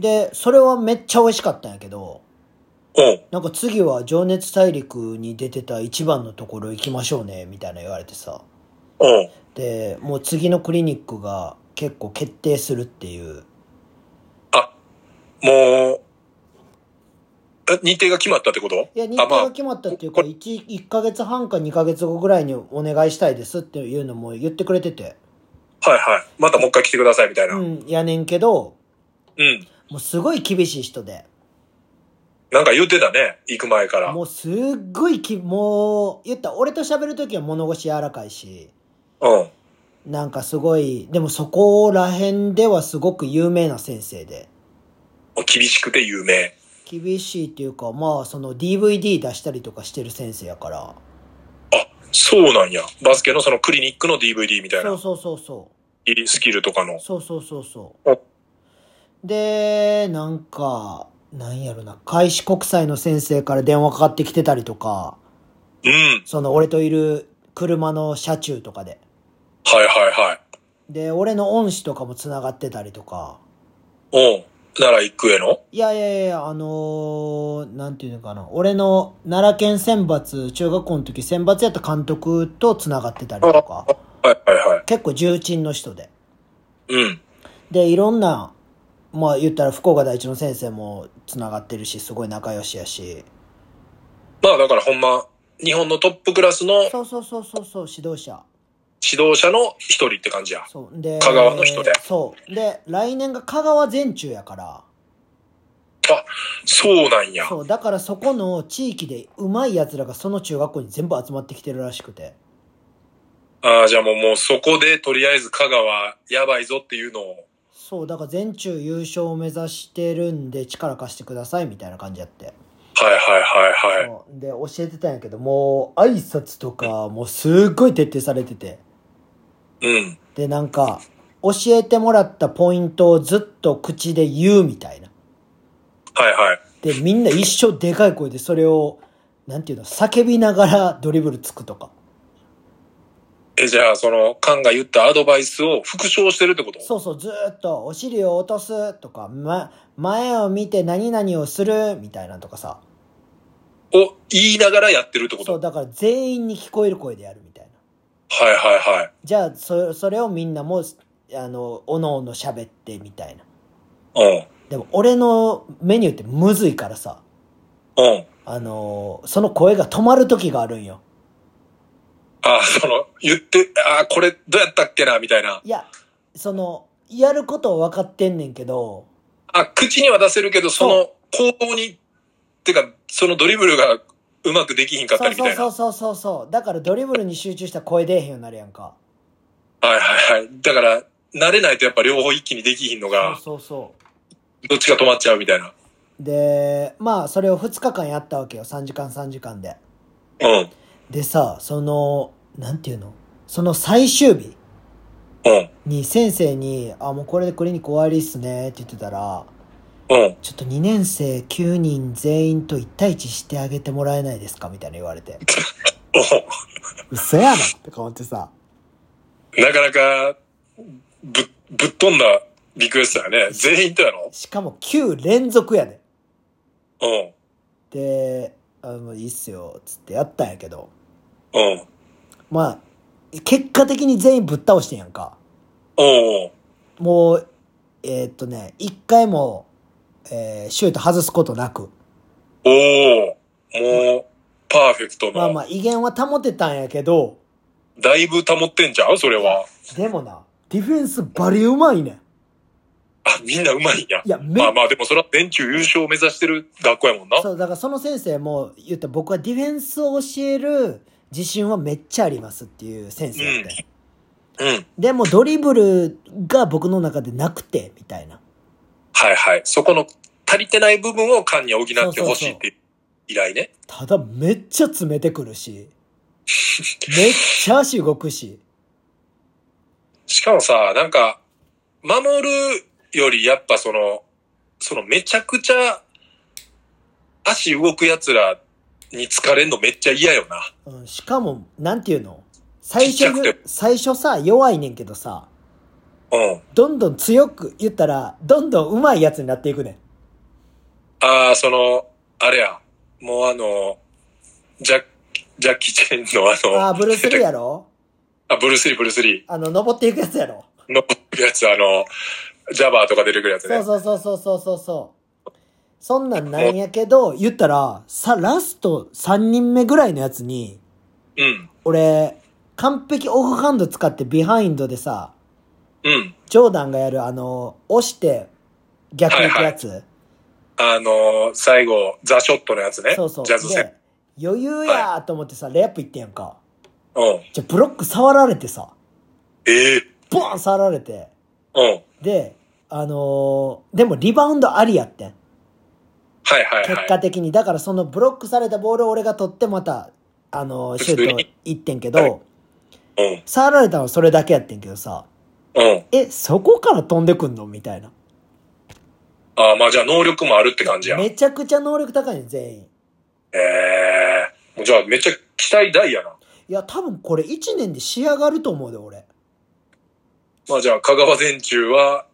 で、それはめっちゃ美味しかったんやけど、うん。なんか次は情熱大陸に出てた一番のところ行きましょうね、みたいな言われてさ。うん。で、もう次のクリニックが結構決定するっていう。あ、もう、え日程が決まったってこといや、日あ、程まがあ、決まったっていうか、1、1ヶ月半か2ヶ月後ぐらいにお願いしたいですっていうのも言ってくれてて。はいはい。またもう一回来てくださいみたいな。ううん。ん、やねんけど、もうすごい厳しい人で。なんか言ってたね。行く前から。もうすっごいき、もう、言ったら俺と喋るときは物腰柔らかいし、うん。なんかすごい、でもそこら辺ではすごく有名な先生で。厳しくて有名。厳しいっていうか、まあ、その DVD 出したりとかしてる先生やから。あ、そうなんや。バスケのそのクリニックの DVD みたいそなう。そうそうそう。スキルとかの。そうそうそうそあう。で、なんか、なんやろな、開始国際の先生から電話かかってきてたりとか、うん。その俺といる車の車中とかで。はいはいで、俺の恩師とかも繋がってたりとか。はい。うん。奈良行くへのいやいやいや、あのーなんていうのかな。俺の奈良県選抜、中学校の時選抜やった監督と繋がってたりとか。はいはいはい。結構重鎮の人で。うん。で、いろんな、まあ言ったら福岡第一の先生も繋がってるし、すごい仲良しやし。まあだからほんま、日本のトップクラスのそうそうそうそうそう、指導者。指導者の一人って感じや。そう。で、香川の人でそう。で、来年が香川全中やから。あ、そうなんや。そう。だからそこの地域でうまい奴らがその中学校に全部集まってきてるらしくて。ああ、じゃあもうもうそこでとりあえず香川やばいぞっていうのを。そう。だから全中優勝を目指してるんで力貸してくださいみたいな感じやって。はいはいはいはい。そうで、教えてたんやけど、もう挨拶とか、もうすっごい徹底されてて。うん。で、なんか、教えてもらったポイントをずっと口で言うみたいな。はいはい。で、みんな一生でかい声でそれを、なんていうの、叫びながらドリブルつくとか。え、じゃあその、カンが言ったアドバイスを復唱してるってことそうそう、ずーっと、お尻を落とすとか、ま、前を見て何々をするみたいなのとかさ。を言いながらやってるってこそとう、だから全員に聞こえる声でやるみたいな。はいはいはい。じゃあ、そ、それをみんなも、あの、おのおの喋ってみたいな。うでも、俺のメニューってむずいからさ、ん。うん。あの、その声が止まる時があるんよ。ああ、その、言って、ああ、これどうやったっけな、みたいな。いや、その、やることは分かってんねんけど、あ、口には出せるけど、その行動に、てか、そのドリブルがうまくできひんかったそうりみたそういな。そはうそうそうそう。だからドリブルに集中したら声出えへんようになるやんか。いはいはい。だから、慣れないとやっぱ両方一気にできひんのそうが、そうそどっちが止まっちゃうみたいな。う。で、まあ、それを2日間やったわけよ。3時間3時間で。うん。でさ、その、なんていうのその最終日うん。に先生に、あ、もうこれでクリニック終わりっすねって言ってたら、うん。ちょっと2年生9人全員と1対1してあげてもらえないですかみたいな言われて。お嘘やなって思ってさ。なかなか、ぶ、ぶっ飛んだリクエストやね。全員とやろしかも9連続やで。うん。で「あもういいっすよ」っつってやったんやけどうん。まあ結果的に全員ぶっ倒してんやんかおうもうえーっとね一回も、えーシュート外すことなくおうもう、パーフェクトまあまの。あ威厳は保てたんやけどだいぶ保ってんちゃうそれは。でもなディフェンスバリうまいねん。あ、みんなうまいんや。いや、めまあまあでもそれは全中優勝を目指してる学校やもんな。そう、だからその先生も言ったら僕はディフェンスを教える自信はめっちゃありますっていう先生やって。うん。はいでもドリブルが僕の中でなくて、みたいな。はい。そこの足りてない部分をカンに補ってほしいっていう依頼ね。ただめっちゃ詰めてくるし、 [laughs] めっちゃ足動くし。しかもさ、なんか、守るよりやっぱその、そのめちゃくちゃ足動く奴らに疲れんのめっちゃ嫌よな。うん、しかも、なんていうの最ちっちゃ初くて、最初さ、弱いねんけどさ、うん。どんどん強く言ったら、どんどん上手いやつになっていくねん。ああ、その、あれや。もうあの、ジャッキ、ジャッキーチェンのあの、あー、ブルースリーやろあ、ブルースリー、ブルースリあの、登っていくやつやろーのやつ、あの、ジャバーとか出てくるやつね。そうそうそうそうそうそうそう。そんなんなんやけど、言ったら、さ、ラスト3人目ぐらいのやつに、うん。俺、完璧オフハンド使ってビハインドでさ、うん。ジョーダンがやるあの、押して逆に行くやつ。あの、最後、ザ・ショットのやつね。そうそう。ジャズ戦。で、余裕やーと思ってさ、レイアップ行ってんやんか。うん。じゃ、ブロック触られてさ、ええボーン触られて。うん。で、あのーでもリバウンドありやってん。はいはいは結い。果的に。だからそのブロックされたボールを俺が取ってまた、あの、シュ普ー通トにいってんけはいど、うん。触られたのはそれだけやってんけどさ、うん。え、そこから飛んでくんのみたいな。ああ、まあじゃあ能力もあるって感じや。えめちゃくちゃ能力高いね、全員。えー。じゃあめっちゃ期待大やな。いや、多分これ1年で仕上がると思うで、俺。まあじゃあ香川全中は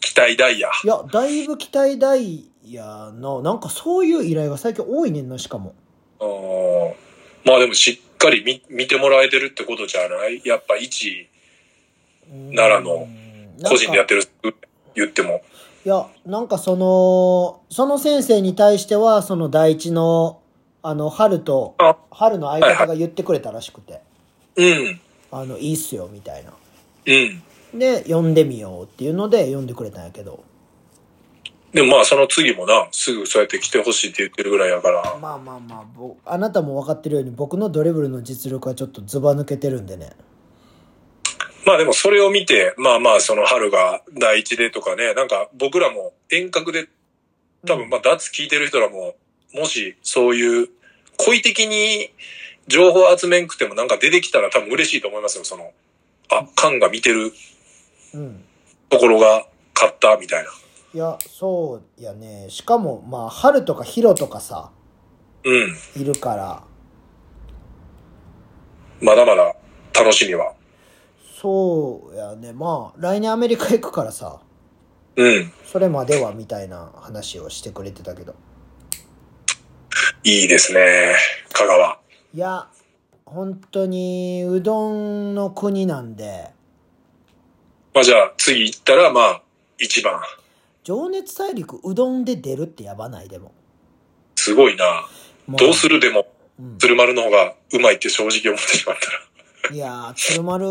期待大や。いや、だいぶ期待大やな。なんかそういう依頼が最近多いねんな、しかも。うん。まあでもしっかり見見てもらえてるってことじゃないやっぱ一奈良のの個人でやってる言っても。いや、なんかその、その先生に対しては、その第一の、あの、春と、あ春の相方が言ってくれたらしくて、うん。あの、いいっすよ、みたいな。うん。で、読んでみようっていうので、読んでくれたんやけど。でもまあその次もな、すぐそうやって来てほしいって言ってるぐらいやから。まあまあまあ、ぼあなたも分かってるように、僕のドリブルの実力はちょっとズバ抜けてるんでね。まあでもそれを見て、まあまあその春が第一でとかね、なんか僕らも遠隔で多分まあ脱聞いてる人らも、もしそういう故意的に情報集めんくてもなんか出てきたら多分嬉しいと思いますよ、その。あ、カンが見てるうん。ところが勝ったみたいな。いや、そうやね。しかも、まあ、春とかヒロとかさ、うん。いるから、まだまだ楽しみは。そうやね。まあ、来年アメリカ行くからさ、うん。それまではみたいな話をしてくれてたけど。いいですね。香川。いや、本当に、うどんの国なんで、まあじゃあ次行ったらまあ一番。情熱大陸うどんで出るってやばないでも。すごいな。もどうするでもうん鶴丸の方がうまいって正直思ってしまったら。いやー、鶴丸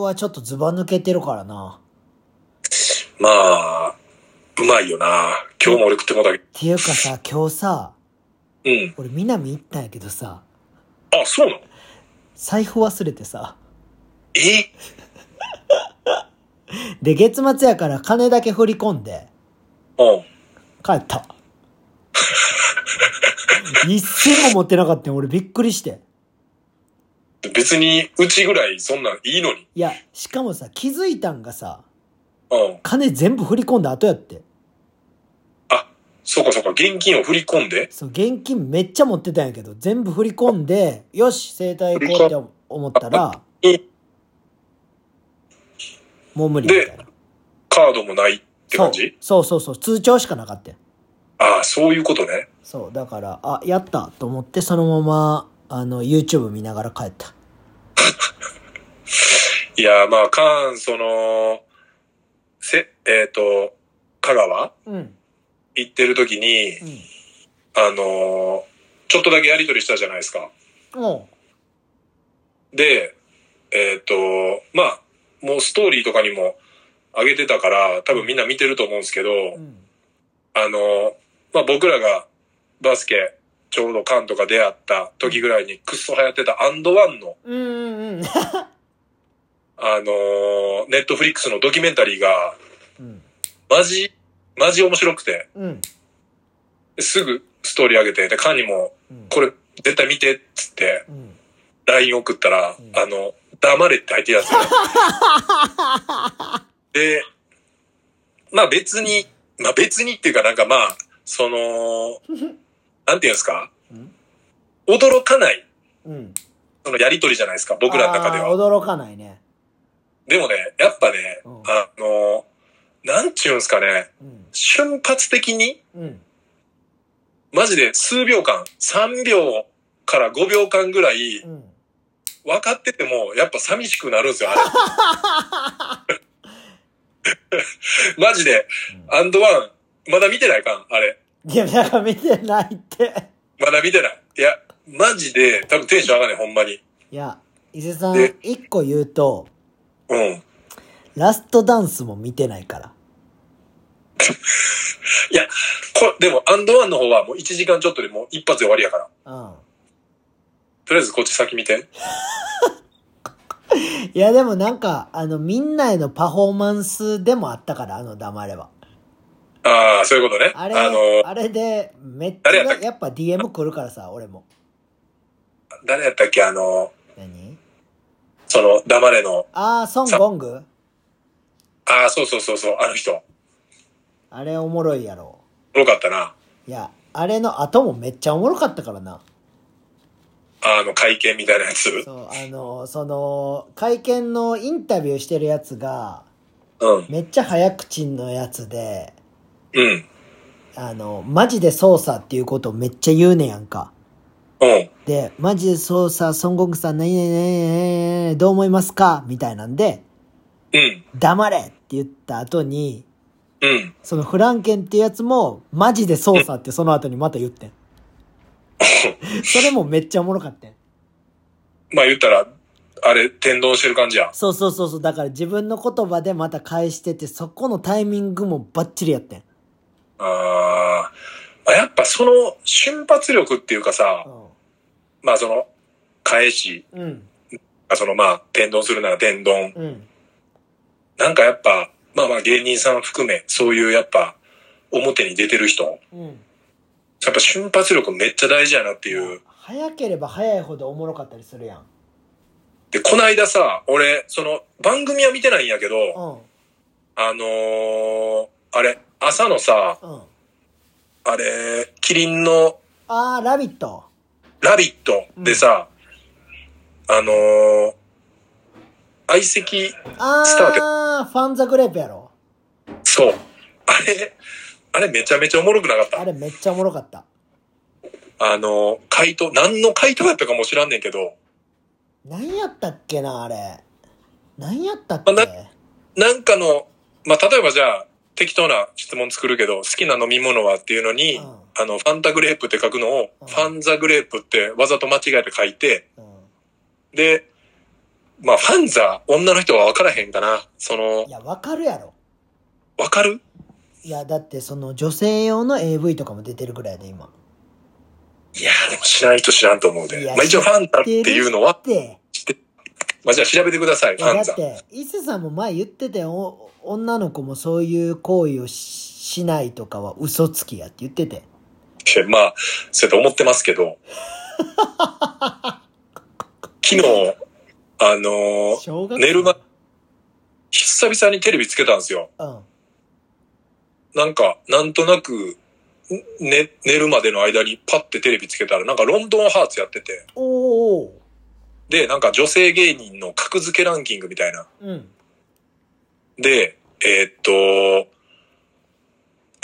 はちょっとズバ抜けてるからな。まあ、うまいよな。今日も俺食ってもだけど。っていうかさ、今日さ、うん。俺南行ったんやけどさ、あ、そうなの財布忘れてさ、えで、月末やから金だけ振り込んで、うん。帰 [laughs] った。一銭も持ってなかったよ、俺びっくりして。別に、うちぐらいそんなんいいのに。いや、しかもさ、気づいたんがさ、うん。金全部振り込んだ後やって。あ、そうかそうか、現金を振り込んで。そう、現金めっちゃ持ってたんやけど、全部振り込んで、よし、整体行こうって思ったら、うんもう無理みたいな。カードもないってそう感じそうそうそう、通帳しかなかったよああ、そういうことね。そう、だから、あ、やったと思って、そのまま、あの、YouTube 見ながら帰った。いや、まあ、カーン、その、せ、えっ、と、香川うん。うん。行ってる時に、あのーちょっとだけやりとりしたじゃないですか。もで、えっ、と、まあ、もうストーリーとかにも上げてたから、多分みんな見てると思うんですけど、うん。あの、まあ、僕らがバスケ、ちょうどカンとか出会った時ぐらいにクッソ流行ってたアンドワンの、うんうんうん。あのネットフリックスのドキュメンタリーが、うん。マジ、マジ面白くて、うん。すぐストーリー上げて、で、カンにも、うん。これ絶対見て、っつって、うん。 LINE 送ったら、うんあの、黙れって入ってたん [laughs] ですよ。で、まあ別に、まあ別にっていうかなんかまあ、そ [laughs] の、なんていうんですかうん驚かない、うん。そのやりとりじゃないですか、僕らの中であーは。驚かないね。でもね、やっぱねうん、あの、なんちゅうんですかね、うん。瞬発的に、うん。マジで数秒間、3秒から5秒間ぐらい、うん。分かってても、やっぱ寂しくなるんですよ、あれ。 [laughs] マジで、アンドワン、まだ見てないかん、あれ。いや、なんか見てないって。まだ見てない。いや、マジで、多分テンション上がんねん、ほんまに。いや、伊勢さんで、一個言うと、うん。いラストダンスも見てないから。や、こでも、アンドワンの方はもう1時間ちょっとでもう一発で終わりやから。うん。とりあえずこっち先見て。いや、でもなんか、あの、みんなへのパフォーマンスでもあったから、あの、黙れば。ああ、そういうことね。ああれ、のー、あれで、めっちゃ、誰やったっけやっぱ DM 来るからさ、俺も。誰やったっけ、あの何ー、その、黙れの。あー、ソン・ゴングああ、そうそうそうそう、あの人。あれおもろいやろ。よかったな。いや、あれの後もめっちゃおもろかったからな。あの、会見みたいなやつ。そう、あの、その、会見のインタビューしてるやつが、うん。めっちゃ早口のやつで、うん。あの、マジで操作っていうことをめっちゃ言うねやんか。うん。で、マジで操作、孫悟空さん、何々何々何々どう思いますかみたいなんで、うん。黙れって言った後に、うん。そのフランケンってやつも、マジで操作ってその後にまた言って [laughs] ん。それもめっちゃおもろかったん。まあ言ったら、あれ、天丼してる感じや。そうそうそうそう。だから自分の言葉でまた返してて、そこのタイミングもバッチリやってん。あーまあ、やっぱその瞬発力っていうかさ、まあその、返し、うん。うん。そのまあ、天丼するなら天丼。うん。なんかやっぱ、まあまあ芸人さん含め、そういうやっぱ、表に出てる人、やうん。っぱ瞬発力めっちゃ大事やなっていう。早ければ早いほどおもろかったりするやん。で、こないださ、俺、その、番組は見てないんやけど、うん。あのー、あれ、朝のさ、うん。あれ、キリンのあー、ラビット。ラビットでさ、あのー、相席、スタートあー、ファンザグレープやろ。そう。あれ、あれめちゃめちゃおもろくなかった。ああれめっちゃおもろかった。のー、回答、何の回答やったかも知らんねんけど、何やったっけな、あれ。何やったっあなけなんかの、まあ、例えばじゃあ、適当な質問作るけど、好きな飲み物はっていうのに、うんあの、ファンタグレープって書くのを、うんファンザグレープってわざと間違えて書いて、うで、まあ、ファンザ、女の人は分からへんかな。そのん。い、や、わかるやろ。分かるいや、だってその女性用の AV とかも出てるぐらいで今。いやー、でも知らないと知らんと思ういで。やまあ一応ファンタっていうのはっ、て。まあじゃあ調べてください、いフやァンだザっ。て伊勢さんも前言ってたよお女の子もそういう行為をししないとかは嘘つきやって言ってていやまあ、そうやって思ってますけ [laughs] ど。昨日、あのー小学寝る前久々にテレビつけたんですよ。うんなんか、なんとなく、んね、寝るまでの間にパッてテレビつけたら、なんかロンドンハーツやってて、おおで、なんか女性芸人の格付けランキングみたいな。うんで、えーっと、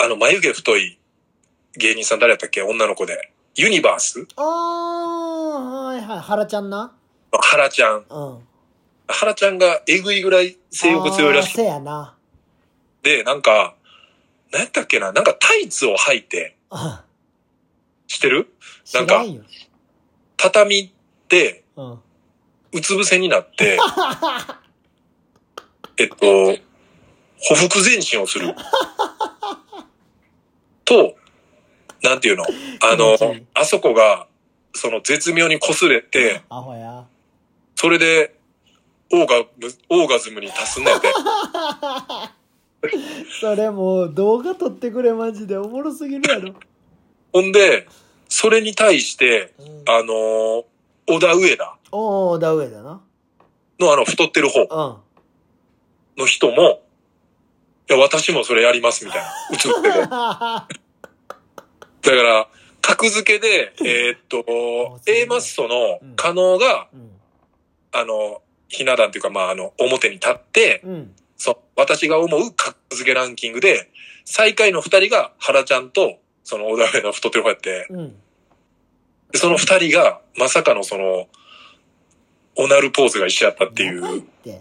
あの、眉毛太い芸人さん誰やったっけ女の子で。ユニバースああはいはい原ちゃんなの原ちゃん。うん原ちゃんがえぐいぐらい性欲強いらしあーくせやな [laughs] て、なんか、何やったっけななんかタイツを履いて、うんしてる知なんからんよ畳で、うん [laughs] うつ伏せになって、えっと、歩腹前進をする。 [laughs] と、なんていうのあの気持ちいい、あそこが、その絶妙に擦れて、アホや。それで、オーガム、オーガズムに達すんだよね。それもう動画撮ってくれマジでおもろすぎるやろ。ほんで、それに対して、うん、あのー小田上田おお、だ上だな。のあの太ってる方うん。の人も、いや、私もそれやりますみたいな、[laughs] 映ってて。だから、格付けで、えーっとあ、すごい A マッソの加納が、うん。あの、ひな壇というか、まあ、あの、表に立って、うん。そう、私が思う格付けランキングで、最下位の二人が原ちゃんと、その小田上田の太ってる方やって、うん。でその二人が、まさかのその、オナルポーズが一緒やったっていやばいうっ、て。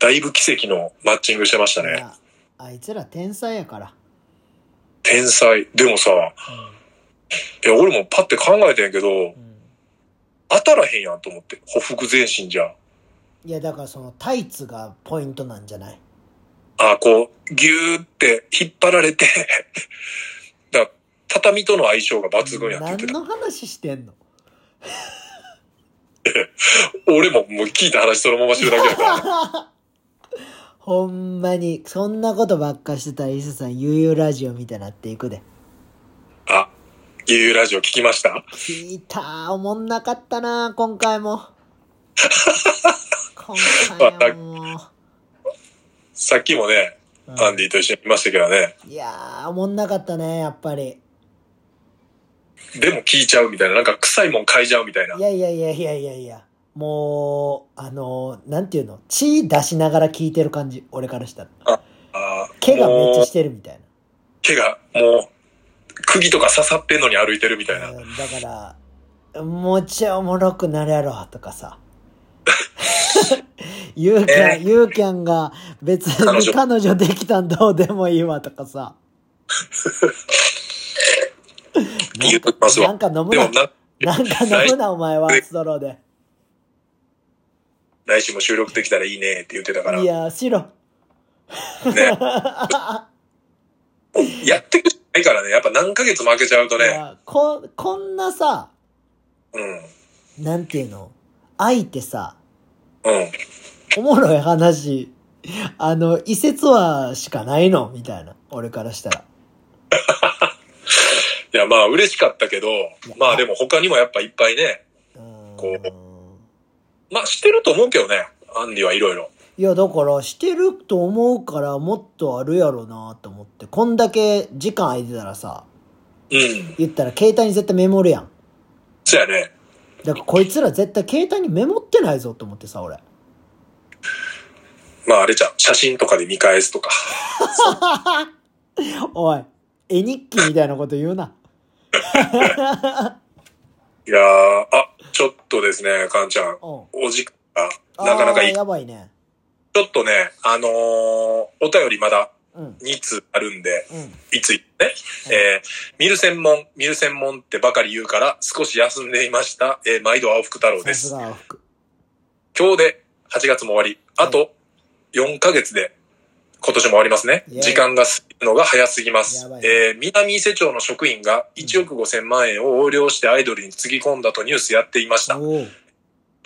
だいぶ奇跡のマッチングしてましたいね。やあいつら天才やから。天才。でもさ、いや、俺もパッて考えてんやけどう、ん。うん当たらへんやんと思って。ほふ前進じゃ。いや、だからそのタイツがポイントなんじゃないああ、こう、ぎゅーって引っ張られて、 [laughs] だから畳との相性が抜群やって言って何た。の話してんの俺ももう聞いた話そのまま知るだけ [laughs] だから、ね。ほんまに、そんなことばっかしてたら、伊勢さん、悠々ラジオみたいになっていくで。あ、ゆうラジオ聞きました聞いたー、おもんなかったなー、今回 [laughs] も。今回はもさっきもね、う。アンディと一緒に見ましたけどね。いやー、おもんなかったね、やっぱり。。でも聞いちゃうみたいな。なんか臭いもん嗅いじゃうみたいないやいやいやいやいやいや。もう、あのー、なんていうの血出しながら聞いてる感じ、俺からしたら。あー毛がめっちもゃうしてるみたいな。手がもう、釘とか刺さってんのに歩いてるみたいな。うんだから、もうちょいおもろくなるやろとかさ。 [laughs] ゆうきゃえん、ゆうきゃんが別彼に女彼女できたんどうでもいいわとかさ。言うときますわなんか飲むでもな。なな、んか飲むな、お前は、えストローで。来週も収録できたらいいねって言ってたから。いね。やー、しろ。やってくしかないからね。やっぱ何ヶ月も開けちゃうといね。やこ、こんなさ、うん。うん。なんていうの愛ってさ、うおん。もろい話、あの、移説はしかないのみたいな。俺からしたら。いや、まあ嬉しかったけど、まあでも他にもやっぱいっぱいね。うんこまあしてると思うけどね。アンディはいろいろ。いや、だから、してると思うから、もっとあるやろなと思って。こんだけ時間空いてたらさ、うん。言ったら携帯に絶対メモるやん。そやね。だから、こいつら絶対携帯にメモってないぞと思ってさ、俺。まああれじゃん。写真とかで見返すとか。おい、絵日記みたいなこと言うな。いやー、あ、ちょっとですね、カンちゃん。うん。お時間がなかなかいい。あーちやばいね。ょっとね、あのーお便りまだうん。うん。 2通あるんで、いついね、えー、見る専門、見る専門ってばかり言うから、少し休んでいました、えー、毎度青福太郎さですす。が青福。今日で8月も終わり、あと4ヶ月で今年も終わりますね。イェイ時間が過ぎるのが早すぎまやすばい。ねえー、南伊勢町の職員が1億5千万円を横領してアイドルにつぎ込んだとニュースやっていました。ちょおお、うん。っ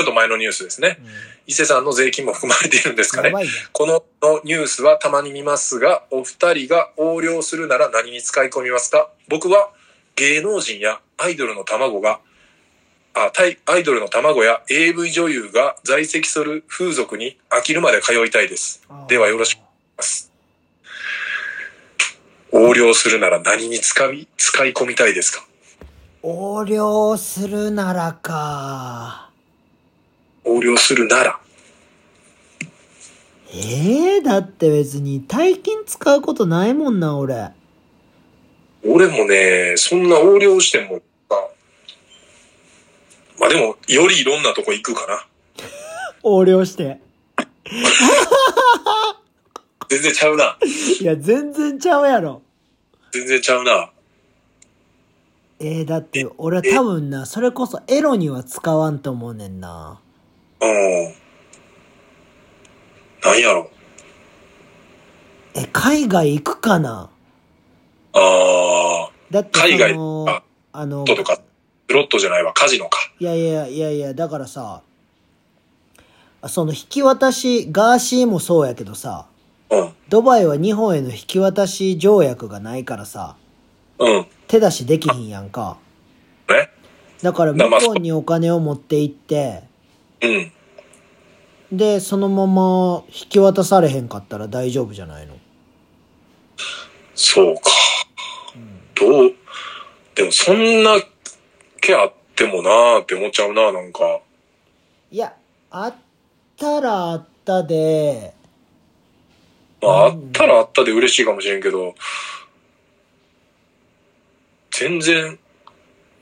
と前のニュースですね。伊勢さんの税金も含まれているんですかやね。ばいね。このニュースはたまに見ますが、お二人が横領するなら何に使い込みますか僕は芸能人やアイドルの卵が、あ、対アイドルの卵や AV 女優が在籍する風俗に飽きるまで通いたいです。あーではよろしく。横領するなら何に使い、使い込みたいですか横領するならか。横領するなら。ええだって別に大金使うことないもんな、俺。俺もね、そんな横領しても、あまあでも、よりいろんなとこ行くかな。横領して。全然ちゃうな。いや、全然ちゃうやろ。全然ちゃうな。ええだって俺は多分な、それこそエロには使わんと思うねんな。うん。なんやろ。え、海外行くかなああ、だって海外そのああの、ロットとか、ロットじゃないわ、カジノか。いやいやいやいや、だからさ、その引き渡し、ガーシーもそうやけどさ、うん、ドバイは日本への引き渡し条約がないからさ、うん、手出しできひんやんか。ね。だからまあ向まあこうにお金を持って行って、うん。で、そのまま引き渡されへんかったら大丈夫じゃないのそうか。どう、でもそんなけあってもなーって思っちゃうな、なんか。いや、あったらあったで、まあ、あったらあったで嬉しいかもしれんけど、全然、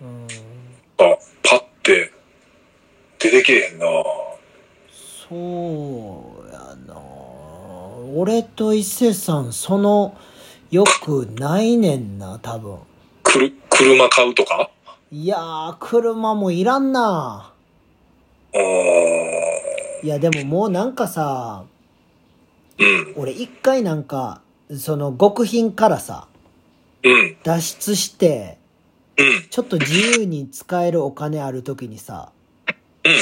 うん、あ、パッて出てけえへんなそうやな俺と伊勢さん、その、よくないねんな、多分。くる、車買うとかいやー、車もいらんなうーいや、でももうなんかさ、うん、俺一回なんか、その極貧からさ、うん、脱出して、うん、ちょっと自由に使えるお金ある時にさ、うん。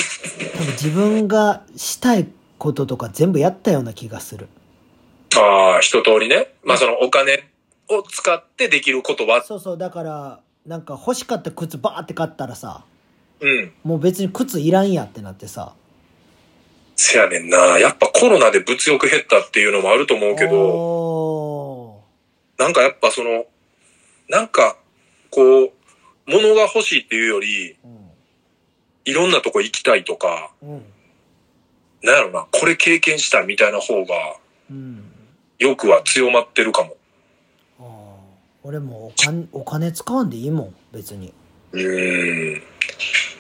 多分自分がしたいこととか全部やったような気がする。ああ、一通りね。まあ、そのお金を使ってできることは、そうそう、だから、なんか欲しかった靴バーって買ったらさ、うん。もう別に靴いらんやってなってさ。せやねんなやっぱコロナで物欲減ったっていうのもあると思うけど、おなんかやっぱその、なんか、こう、物が欲しいっていうより、ーいろんなとこ行きたいとか、うん。うん。なんやろな、これ経験したいみたいな方が、うん。欲は強まってるかも。あー俺もうお金、お金使わんでいいもん、別に。うーん。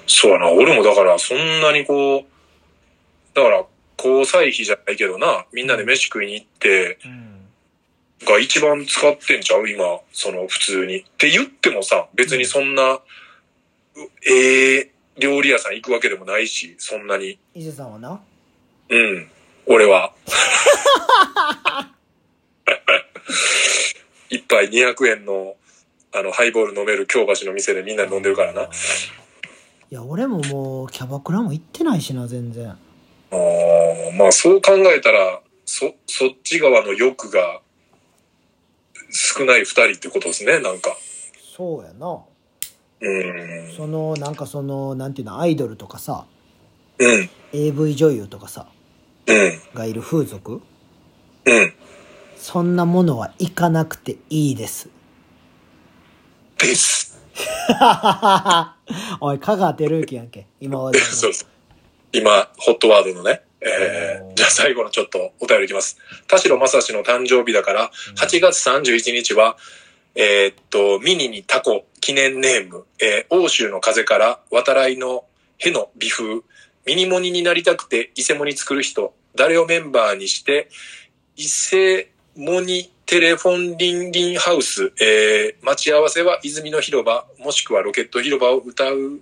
そうやな、俺もだからそんなにこう、だから、交際費じゃないけどな、みんなで飯食いに行って、うん。が一番使ってんちゃう今、その普通に。って言ってもさ、別にそんな、うええ料理屋さん行くわけでもないし、そんなに。伊勢さんはな。うん、俺は。 [laughs] 一杯200円の、あの、ハイボール飲める京橋の店でみんな飲んでるからな。あいや、俺ももう、キャバクラも行ってないしな、全然。ーまあそう考えたら、そ、そっち側の欲が少ない二人ってことですね、なんか。そうやな。うん。その、なんかその、なんていうの、アイドルとかさ、うん。 AV 女優とかさ、うん。がいる風俗うん。そんなものは行かなくていいです。 [laughs] です。おい、香川照之やんけ。今までの。 [laughs] そうです。今、ホットワードのね。えおーー、じゃあ最後のちょっとお便りいきます。田代正史の誕生日だから、8月31日は、えーっと、ミニにタコ記念ネーム、えー欧州の風から渡来のへの美風、ミニモニになりたくて伊勢モニ作る人、誰をメンバーにして、伊勢モニテレフォンリンリンハウス、えー待ち合わせは泉の広場、もしくはロケット広場を歌う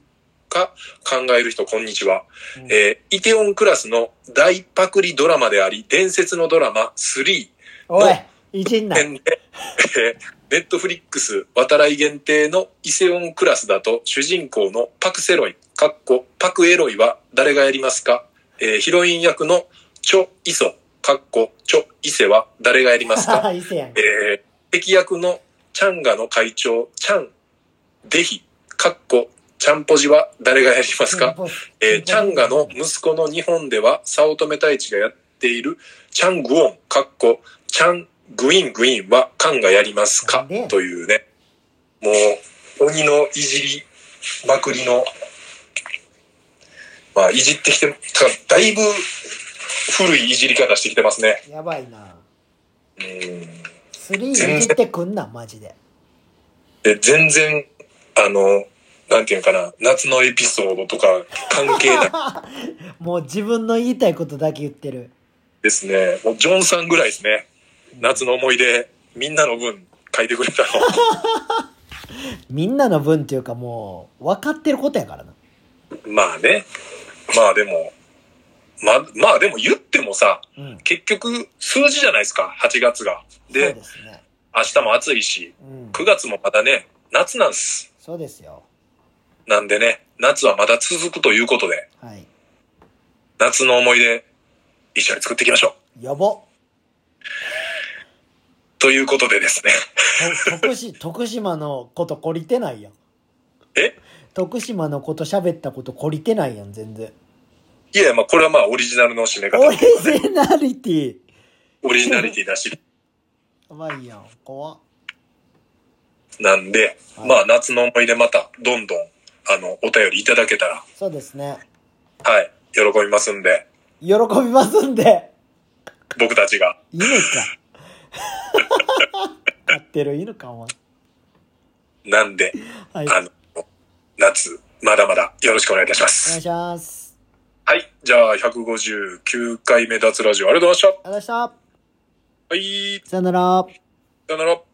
か考える人、こんにちは。うんえーイテオンクラスの大パクリドラマであり、伝説のドラマ3、おい、いじんな。編で、 [laughs] えーネットフリックス渡来限定の伊勢音クラスだと主人公のパクセロイ、かっこパクエロイは誰がやりますか、えーヒロイン役のチョ・イソ、かっこチョ・イセは誰がやりま [laughs] すか、伊勢やんけ。えー敵役のチャンガの会長、チャン・デヒ、かっこチャンポジは誰がやりますか、えーチャンガの息子の日本では、早乙女太一がやっている、チャングオン、かっこ、チャングイングインは、カンがやりますなかんでというね。もう、鬼のいじりまくりの、まあ、いじってきて、だだいぶ古いいじり方してきてますね。やばいな。うん3いじってくんな、マジで。 [laughs] で、全然、あの、なんていうのかな、夏のエピソードとか関係ないもう自分の言いたいことだけ言ってる。ですね。もうジョンさんぐらいですね。夏の思い出、みんなの分書いてくれたの。 [laughs] みんなの分っていうかもう、分かってることやからな。まあね。まあでも、ま、まあでも言ってもさ、うん。結局数字じゃないですか、8月が。そうで、ですね。明日も暑いし、うん。 9月もまだね、夏なんです。そうですよ。なんでね、夏はまだ続くということで、はい。夏の思い出、一緒に作っていきましょう。やば。ということ [laughs] でですね。と徳し徳島のこと懲りてないやん。え徳島のこと喋ったこと懲りてないやん、全然。いやいや、まあこれはまあオリジナルの締め方オ、リジナリティ。オリジナリティだし、やばいやん。怖っなんで、はいまあ夏の思い出また、どんどん、あの、お便りいただけたら、そうですね。はい、喜びますんで、喜びますんで。僕たちが。 [laughs] 犬か。飼ってる犬かも。なんで、はい。おあ願の、夏、まだまだよろしくお願いいたしまいす。します。はい。じゃあ、159回目脱ラジオ、ありがとうございありがまし。とうございましたはい。た。さよなら。さよなら。